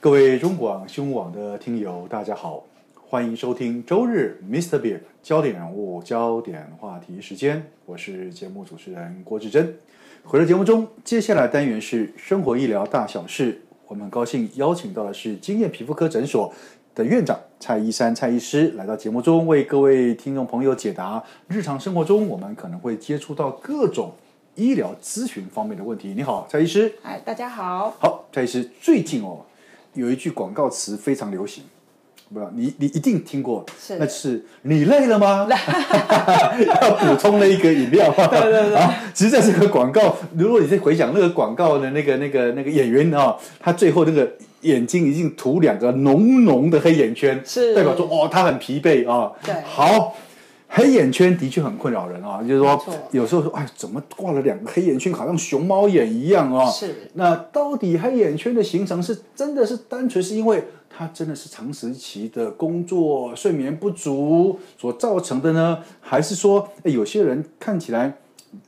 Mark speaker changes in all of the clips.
Speaker 1: 各位中广新闻网的听友，大家好，欢迎收听周日 Mr. Big 焦点人物、焦点话题时间，我是节目主持人郭志珍。回到节目中，接下来单元是生活医疗大小事，我们很高兴邀请到的是经验皮肤科诊所的院长蔡医山蔡医师来到节目中，为各位听众朋友解答日常生活中我们可能会接触到各种医疗咨询方面的问题。你好，蔡医师。
Speaker 2: 嗨，哎大家好。
Speaker 1: 好，蔡医师，最近哦，有一句广告词非常流行，不知道你你一定听过，
Speaker 2: 是
Speaker 1: 那是你累了吗？ 要补充了一个饮料，对对对。啊，其实在这个广告，如果你再回想那个广告的那个那个那个演员啊、他最后那个眼睛已经涂两个浓浓的黑眼圈，
Speaker 2: 是
Speaker 1: 代表说哦，他很疲惫啊、
Speaker 2: 对
Speaker 1: 好。黑眼圈的确很困扰人啊，就是说
Speaker 2: 没错
Speaker 1: 有时候说，哎，怎么挂了两个黑眼圈，好像熊猫眼一样啊、
Speaker 2: 是
Speaker 1: 那到底黑眼圈的形成是真的是单纯是因为它真的是长时期的工作睡眠不足所造成的呢，还是说哎有些人看起来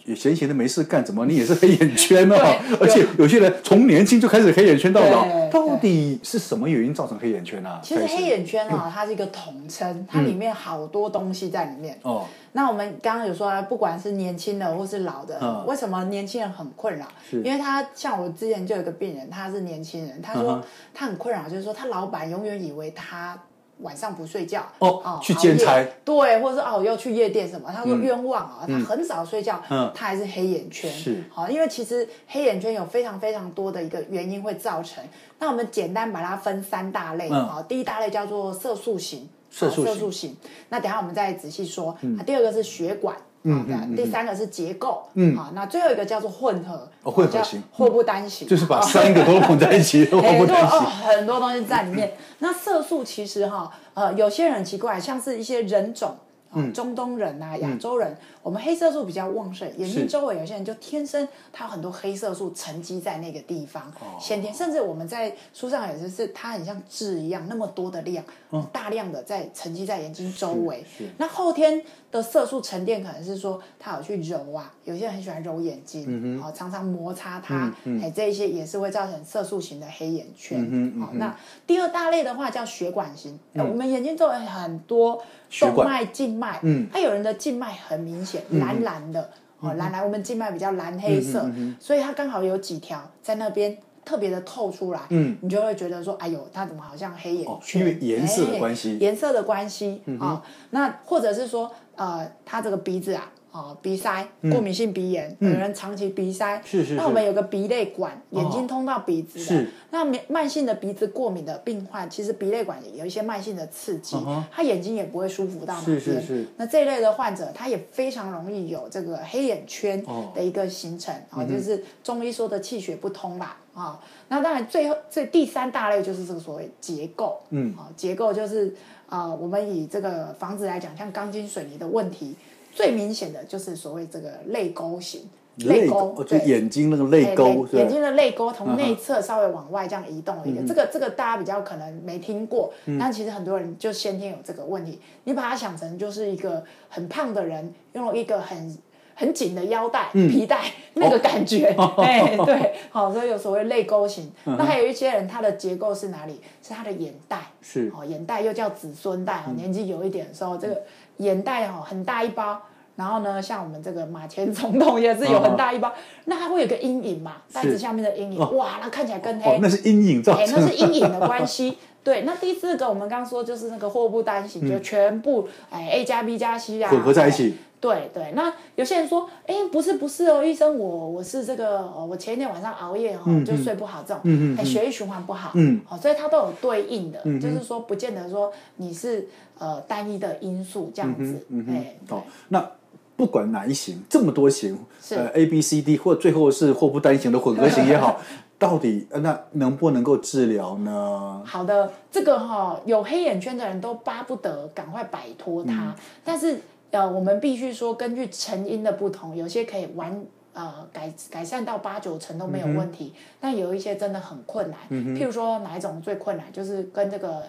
Speaker 1: 也闲闲的没事干，怎么你也是黑眼圈哦？ 而且有些人从年轻就开始黑眼圈到老，
Speaker 2: 对
Speaker 1: 到底是什么原因造成黑眼圈啊？
Speaker 2: 其实
Speaker 1: 蔡医师
Speaker 2: 黑眼圈
Speaker 1: 哎
Speaker 2: 啊，它是一个统称，它里面好多东西在里面。
Speaker 1: 嗯哦，
Speaker 2: 那我们刚刚有说啊，不管是年轻的或是老的，
Speaker 1: 嗯
Speaker 2: 为什么年轻人很困扰？
Speaker 1: 是
Speaker 2: 因为他像我之前就有个病人，他是年轻人，他说
Speaker 1: 嗯哼
Speaker 2: 他很困扰，就是说他老板永远以为他。晚上不睡觉
Speaker 1: 哦去兼差
Speaker 2: 熬夜对，或者是哦又去夜店什么，他说冤枉啊，他很少睡觉，
Speaker 1: 嗯
Speaker 2: 他还是黑眼圈，
Speaker 1: 是
Speaker 2: 好，因为其实黑眼圈有非常非常多的一个原因会造成。那我们简单把它分三大类，
Speaker 1: 嗯
Speaker 2: 好，第一大类叫做色素型，
Speaker 1: 色素型
Speaker 2: 好色素型。那等一下我们再仔细说。啊第二个是血管，
Speaker 1: 嗯
Speaker 2: 好的
Speaker 1: 嗯嗯
Speaker 2: 第三个是结构，
Speaker 1: 嗯
Speaker 2: 好，那最后一个叫做混合，
Speaker 1: 哦混合
Speaker 2: 叫
Speaker 1: 型
Speaker 2: 祸不单行，
Speaker 1: 就是把三个都混在一起，我
Speaker 2: 哎
Speaker 1: 不
Speaker 2: 就
Speaker 1: 担
Speaker 2: 哦，
Speaker 1: 心。
Speaker 2: 很多东西在里
Speaker 1: 嗯
Speaker 2: 面。那色素其实哈，呃，有些人很奇怪，像是一些人种。啊
Speaker 1: 嗯
Speaker 2: 中东人啊，亚洲人，我们黑色素比较旺盛，眼睛周围有些人就天生他有很多黑色素沉积在那个地方，
Speaker 1: 哦
Speaker 2: 先天，甚至我们在书上也就是它很像痣一样，那么多的量，大量的在沉积在眼睛周围
Speaker 1: 嗯是是。
Speaker 2: 那后天的色素沉淀可能是说他有去揉啊，有些人很喜欢揉眼睛，
Speaker 1: 嗯
Speaker 2: 好、常常摩擦它，哎，这一些也是会造成色素型的黑眼圈。好、
Speaker 1: 嗯哼嗯哼嗯
Speaker 2: 那第二大类的话叫血管型，哎我们眼睛周围很多动
Speaker 1: 管
Speaker 2: 脉、静脉，
Speaker 1: 嗯，
Speaker 2: 它有人的静脉很明显，蓝蓝的。哦，蓝蓝，我们静脉比较蓝黑
Speaker 1: 嗯
Speaker 2: 色，所以它刚好有几条在那边特别的透出来，
Speaker 1: 嗯，
Speaker 2: 你就会觉得说，哎呦，它怎么好像黑眼
Speaker 1: 哦
Speaker 2: 圈？
Speaker 1: 因为颜色的关系嗯
Speaker 2: 哎颜色的关系啊、哦那或者是说，呃，他这个鼻子啊，哦，鼻塞，过敏性鼻炎，有人长期鼻塞，
Speaker 1: 嗯是是
Speaker 2: 那
Speaker 1: 是
Speaker 2: 我们有个鼻泪管，眼睛通到鼻子的，
Speaker 1: 是
Speaker 2: 那免慢性的鼻子过敏的病患，其实鼻泪管也有一些慢性的刺激，
Speaker 1: 嗯哼
Speaker 2: 他眼睛也不会舒服到哪
Speaker 1: 是
Speaker 2: 边。
Speaker 1: 是是
Speaker 2: 那这一类的患者，他也非常容易有这个黑眼圈
Speaker 1: 哦
Speaker 2: 的一个形成啊、就是中医说的气血不通啦啊、那当然最后最第三大类就是这个所谓结构，
Speaker 1: 嗯
Speaker 2: 啊、结构就是啊、呃我们以这个房子来讲，像钢筋水泥的问题，最明显的就是所谓这个泪沟型，
Speaker 1: 泪
Speaker 2: 沟
Speaker 1: 沟，就
Speaker 2: 对。
Speaker 1: 眼睛那个泪沟，嗯
Speaker 2: 眼
Speaker 1: 对
Speaker 2: 眼，睛的泪沟从内侧稍微往外这样移动了一
Speaker 1: 嗯
Speaker 2: 点，这个这个大家比较可能没听过，但其实很多人就先天有这个问题。你把它想成就是一个很胖的人用了一个很。很紧的腰带、
Speaker 1: 嗯
Speaker 2: 皮带、
Speaker 1: 哦
Speaker 2: 那个感觉， 哎、对，好，所以有所谓泪沟型。
Speaker 1: 嗯
Speaker 2: 那还有一些人，他的结构是哪里？是他的眼袋，
Speaker 1: 是嗯
Speaker 2: 哦，眼袋又叫子孙带哦，年纪有一点的时候，这个眼袋哦很大一包。然后呢，像我们这个马前总统也是有
Speaker 1: 哦
Speaker 2: 很大一包，那它会有个阴影嘛，袋子下面的阴影，哇，那看起来更黑，
Speaker 1: 哦， 那是阴影造
Speaker 2: 哎，
Speaker 1: 成
Speaker 2: 那
Speaker 1: 的
Speaker 2: 是阴影的关系。对，那第四个我们刚说就是那个祸不单行，就全部哎 A 加 B 加 C
Speaker 1: 嗯
Speaker 2: 啊
Speaker 1: 混合在一起。
Speaker 2: 对对，那有些人说，哎，不是不是哦，医生，我我是这个，哦我前一天晚上熬夜哦，就睡不好这种，嗯哎，血液循环不好，
Speaker 1: 嗯，
Speaker 2: 哦，所以它都有对应的，就是说不见得说你是呃单一的因素这样子，哎，
Speaker 1: 哦，那不管哪一型，这么多型，
Speaker 2: 是
Speaker 1: 呃，A、B、C、D，或最后是祸不单行的混合型也 好，到底呃那能不能够治疗呢？
Speaker 2: 好的，这个哈、有黑眼圈的人都巴不得赶快摆脱它，但是呃，我们必须说，根据成因的不同，有些可以完呃改改善到八九成都没有问题，但有一些真的很困难。譬如说哪一种最困难，就是跟这个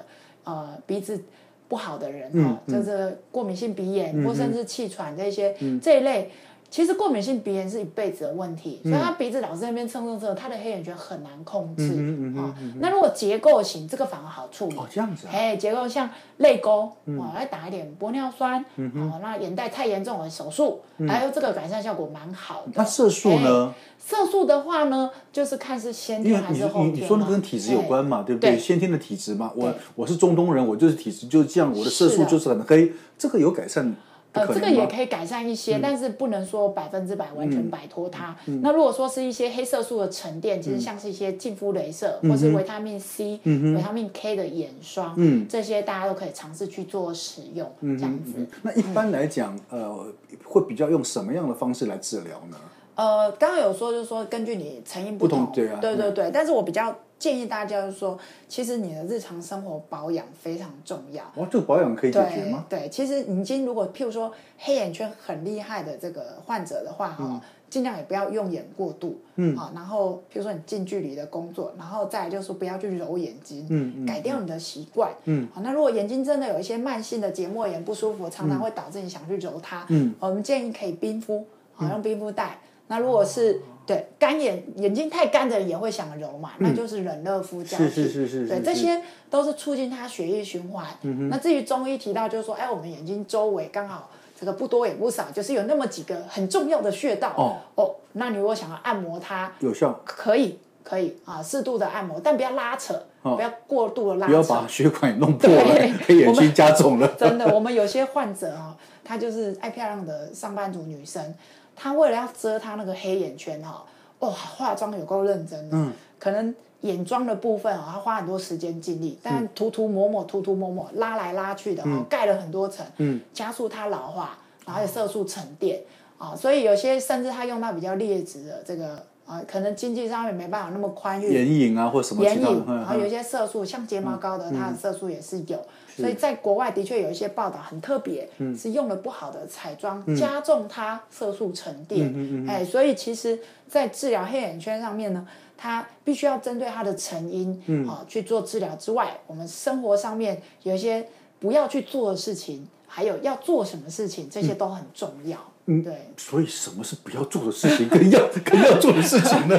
Speaker 2: 呃鼻子。不好的人哈、哦
Speaker 1: 嗯嗯
Speaker 2: 就是过敏性鼻炎、或甚至气喘这些、这一类，其实过敏性鼻炎是一辈子的问题，
Speaker 1: 嗯
Speaker 2: 所以他鼻子老是在那边蹭蹭蹭，他的黑眼圈很难控制
Speaker 1: 嗯哼
Speaker 2: 啊、
Speaker 1: 嗯哼
Speaker 2: 哦那如果结构型，这个反而好处理。
Speaker 1: 哦，这样子啊，嗯
Speaker 2: 哎，结构像泪沟，哦，来打一点玻尿酸，哦，那眼袋太严重了手术，还有这个改善效果蛮好的。
Speaker 1: 那嗯色素呢？
Speaker 2: 色素的话呢，就是看是先
Speaker 1: 因
Speaker 2: 天
Speaker 1: 为
Speaker 2: 哎还
Speaker 1: 你
Speaker 2: 是后
Speaker 1: 你
Speaker 2: 天嘛。
Speaker 1: 你说那跟体质有关嘛，对不对？
Speaker 2: 对
Speaker 1: 先天的体质嘛，我
Speaker 2: 对
Speaker 1: 我是中东人，我就是体质就是这样，我的色
Speaker 2: 是
Speaker 1: 素
Speaker 2: 的
Speaker 1: 就是很黑，这个有改善的
Speaker 2: 呃，
Speaker 1: 可
Speaker 2: 这个
Speaker 1: 能
Speaker 2: 也
Speaker 1: 吗？嗯
Speaker 2: 可以改善一些，但是不能说百分之百完全摆脱它。那如果说是一些黑色素的沉淀，
Speaker 1: 嗯
Speaker 2: 其实像是一些净肤镭射、或是维他命 C、维他命 K 的眼霜，
Speaker 1: 嗯
Speaker 2: 这些大家都可以尝试去做使用，这样子。
Speaker 1: 那一般来讲，呃，会比较用什么样的方式来治疗呢？
Speaker 2: 呃，刚刚有说就是说根据你成因不
Speaker 1: 不
Speaker 2: 同，
Speaker 1: 同对啊
Speaker 2: 对对对但是我比较建议大家就是说，其实你的日常生活保养非常重要。
Speaker 1: 哦，这个保养可以解决
Speaker 2: 对
Speaker 1: 吗？
Speaker 2: 对，其实你今如果譬如说黑眼圈很厉害的这个患者的话，哈、
Speaker 1: 嗯
Speaker 2: 尽量也不要用眼过度，嗯，啊，然后譬如说你近距离的工作，然后再来就是说不要去揉眼睛，
Speaker 1: 嗯
Speaker 2: 改掉你的习惯，嗯，好，那如果眼睛真的有一些慢性的结膜炎不舒服，常常会导致你想去揉它，
Speaker 1: 嗯，
Speaker 2: 我们建议可以冰敷，好，用冰敷袋。那如果是
Speaker 1: 哦
Speaker 2: 对干眼眼睛太干的人也会想揉嘛，那就是冷热敷交替，
Speaker 1: 是嗯是是是
Speaker 2: 对
Speaker 1: 是
Speaker 2: 这
Speaker 1: 是
Speaker 2: 些。这些都是促进它血液循环。
Speaker 1: 嗯
Speaker 2: 那至于中医提到，就是说，哎，我们眼睛周围刚好这个不多也不少，就是有那么几个很重要的穴道。
Speaker 1: 哦
Speaker 2: 那你如果想要按摩它，
Speaker 1: 有效，
Speaker 2: 可以，可以啊，适度的按摩，但不要拉扯，
Speaker 1: 哦
Speaker 2: 不要过度的拉
Speaker 1: 不要
Speaker 2: 扯。
Speaker 1: 把血管也弄破了
Speaker 2: 对，
Speaker 1: 黑眼
Speaker 2: 我
Speaker 1: 睛
Speaker 2: 们
Speaker 1: 加重了。
Speaker 2: 真的，我们有些患者啊、她就是爱漂亮的上班族女生，她为了要遮她那个黑眼圈哈、哦，哇，化妆有够认真的，可能眼妆的部分啊、她花很多时间精力，但涂涂抹抹，涂涂抹抹，拉来拉去的、哦，盖了很多层，嗯，加速她老化，然后也色素沉淀啊、所以有些甚至她用到比较劣质的这个啊、可能经济上面没办法那么宽裕，
Speaker 1: 眼影啊，或什么
Speaker 2: 嗯眼
Speaker 1: 其他
Speaker 2: 影
Speaker 1: 的，，
Speaker 2: 然
Speaker 1: 嗯
Speaker 2: 后有
Speaker 1: 嗯
Speaker 2: 一些色素，像睫毛膏的，它的色素也是有。所以在国外的确有一些报道很特别，
Speaker 1: 嗯
Speaker 2: 是用了不好的彩妆加重它色素沉
Speaker 1: 嗯
Speaker 2: 淀。哎，所以其实，在治疗黑眼圈上面呢，它必须要针对它的成
Speaker 1: 嗯
Speaker 2: 因啊去做治疗之外，我们生活上面有一些不要去做的事情，还有要做什么事情，这
Speaker 1: 嗯
Speaker 2: 些都很重要。对。
Speaker 1: 所以什么是不要做的事情，跟要 跟要做的事情 呢？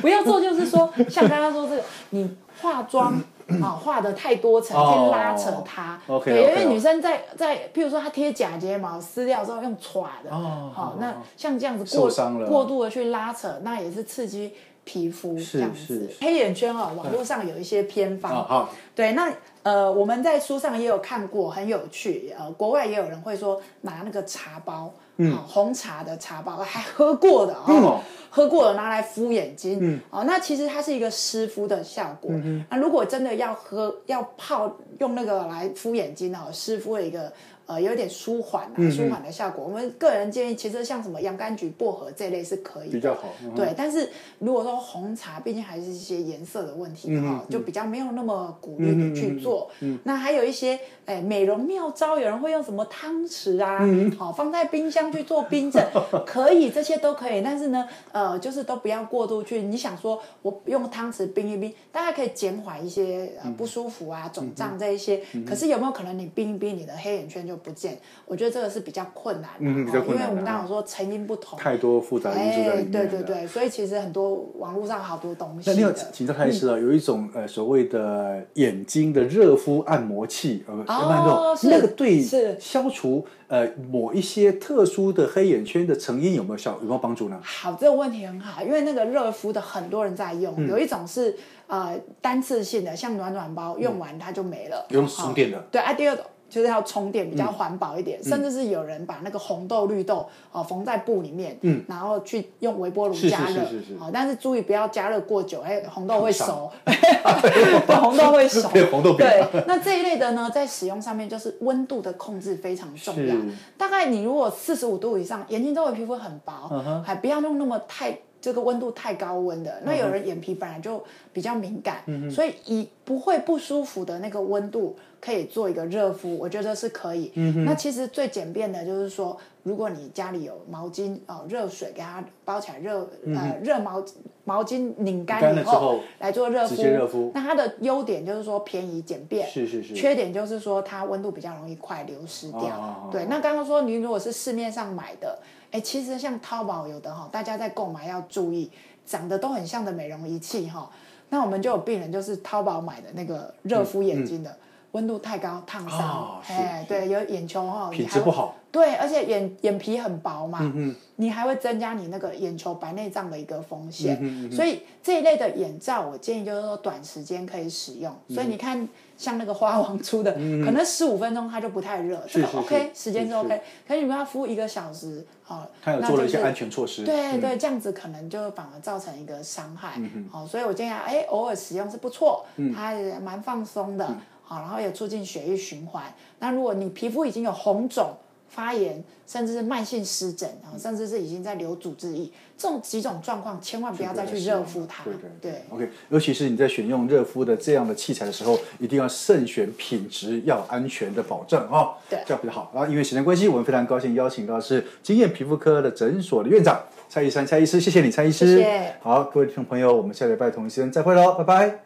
Speaker 2: 不要做，就是说，像刚刚说这个，你化妆 啊、化的太多层，
Speaker 1: 哦
Speaker 2: 去拉扯它。
Speaker 1: OK，
Speaker 2: 对，因
Speaker 1: OK，
Speaker 2: 为女生在在，譬如说她贴假睫毛撕掉之后用歘的，
Speaker 1: 哦
Speaker 2: 好、那像这样子
Speaker 1: 受
Speaker 2: 过
Speaker 1: 伤了
Speaker 2: 过度的去拉扯，那也是刺激皮肤
Speaker 1: 是
Speaker 2: 这样子
Speaker 1: 是是。
Speaker 2: 黑眼圈哦，网络上有一些偏方，
Speaker 1: 啊，好，
Speaker 2: 对，那呃，我们在书上也有看过，很有趣。呃，国外也有人会说拿那个茶包，嗯、红茶的茶包，还喝过的哦，
Speaker 1: 嗯哦
Speaker 2: 喝过的拿来敷眼睛，嗯，哦，那其实它是一个湿敷的效果。
Speaker 1: 嗯
Speaker 2: 那如果真的要喝，要泡用那个来敷眼睛哦，湿敷的一个呃，有点舒缓
Speaker 1: 嗯
Speaker 2: 啊，舒缓的效果。我们个人建议，其实像什么洋甘菊、薄荷这类是可以的
Speaker 1: 比较好。嗯
Speaker 2: 对，但是如果说红茶，毕竟还是一些颜色的问题
Speaker 1: 嗯
Speaker 2: 哈、就比较没有那么鼓励你去做。那还有一些哎美容妙招，有人会用什么汤匙啊，好、
Speaker 1: 嗯
Speaker 2: 放在冰箱去做冰镇，可以，这些都可以。但是呢，呃，就是都不要过度去。你想说我用汤匙冰一冰，大概可以减缓一些呃不舒服啊、肿
Speaker 1: 嗯
Speaker 2: 胀这一些。可是有没有可能你冰一冰，你的黑眼圈就不见？我觉得这个是比较困难的、
Speaker 1: 嗯比较
Speaker 2: 哦
Speaker 1: 困
Speaker 2: 因为
Speaker 1: 难
Speaker 2: 我
Speaker 1: 的
Speaker 2: 们刚
Speaker 1: 啊
Speaker 2: 刚有说成因不同。
Speaker 1: 太多复杂因素在里面。啊
Speaker 2: 哎对对。对，所以其实很多网络上好多东西
Speaker 1: 那
Speaker 2: 的。
Speaker 1: 另外，请教他一次
Speaker 2: 嗯
Speaker 1: 啊，有一种呃所谓的眼睛的热敷按摩器，呃，慢动
Speaker 2: 哦是
Speaker 1: 那个对
Speaker 2: 是
Speaker 1: 消除呃某一些特殊的黑眼圈的成因有没有效？有没有帮助呢？
Speaker 2: 好，这个问题很好，因为那个热敷的很多人在
Speaker 1: 嗯
Speaker 2: 用，有一种是呃单次性的，像暖暖包，用完它就没了，
Speaker 1: 有种是嗯充电的嗯
Speaker 2: 好对啊，第二种。就是要充电比较环保一点，甚至是有人把那个红豆、绿豆哦、缝在布里面，嗯，然后去用微波炉
Speaker 1: 是是
Speaker 2: 加
Speaker 1: 是
Speaker 2: 热，
Speaker 1: 是是
Speaker 2: 哦，但是注意不要加热过久，哎，红豆会
Speaker 1: 烫
Speaker 2: 熟，
Speaker 1: 啊
Speaker 2: 对， 红豆会熟，
Speaker 1: 变红豆饼
Speaker 2: 对，那这一类的呢，在使用上面就是温度的控制非常重要
Speaker 1: 是。
Speaker 2: 大概你如果四十五度以上，眼睛周围皮肤很薄，
Speaker 1: 嗯
Speaker 2: 还不要弄那么太这个温度太高温的。
Speaker 1: 嗯
Speaker 2: 那有人眼皮本来就比较敏感，所以以不会不舒服的那个温度可以做一个热敷，我觉得是可以。
Speaker 1: 嗯
Speaker 2: 那其实最简便的就是说，如果你家里有毛巾哦，热水给它包起来热，呃，热毛毛巾拧
Speaker 1: 嗯干
Speaker 2: 干哦
Speaker 1: 了
Speaker 2: 以
Speaker 1: 之后
Speaker 2: 后来做热敷，
Speaker 1: 直接热敷
Speaker 2: 那它的优点就是说便宜简便，
Speaker 1: 是是是
Speaker 2: 缺点就是说它温度比较容易快流失掉。
Speaker 1: 哦哦哦
Speaker 2: 对，那刚刚说你如果是市面上买的，哎，其实像淘宝有的哈，大家在购买要注意，长得都很像的美容仪器哈。那我们就有病人就是淘宝买的那个热敷眼睛的，温度太高烫伤
Speaker 1: 嗯啊，是
Speaker 2: 哎、
Speaker 1: 是
Speaker 2: 对，有眼球哈，你
Speaker 1: 品
Speaker 2: 还
Speaker 1: 质
Speaker 2: 会
Speaker 1: 不好，
Speaker 2: 对，而且眼眼皮很薄嘛，
Speaker 1: 嗯
Speaker 2: 你还会增加你那个眼球白内障的一个风险。
Speaker 1: 嗯
Speaker 2: 所以这一类的眼罩，我建议就是说短时间可以使用。
Speaker 1: 嗯
Speaker 2: 所以你看，像那个花王出的，可能十五分钟它就不太热，
Speaker 1: 是
Speaker 2: 这个
Speaker 1: 是
Speaker 2: OK，
Speaker 1: 是
Speaker 2: 时间
Speaker 1: 是
Speaker 2: 是 OK。可是你们要服务一个小时，好，
Speaker 1: 他有
Speaker 2: 那
Speaker 1: 做了
Speaker 2: 就
Speaker 1: 一些
Speaker 2: 是
Speaker 1: 安全措施，
Speaker 2: 对对，这样子可能就反而造成一个伤害。
Speaker 1: 嗯
Speaker 2: 好、所以我建议啊哎，偶尔使用是不错，它也蛮放松
Speaker 1: 嗯
Speaker 2: 的，好、然后也促进血液循环。那如果你皮肤已经有红肿、发炎，甚至是慢性湿疹，然后甚至是已经在流组织液，这种几种状况，千万不要再去热敷它。
Speaker 1: 对对对，OK，尤其是你在选用热敷的这样的器材的时候，一定要慎选品质要有安全的保证哦，
Speaker 2: 对
Speaker 1: 这样比较好。然后因为时间关系，我们非常高兴邀请到是经验皮肤科的诊所的院长蔡医生，蔡医师，谢谢你，蔡医师。
Speaker 2: 谢谢
Speaker 1: 好，各位听众朋友，我们下礼拜同一时间再会喽，拜拜。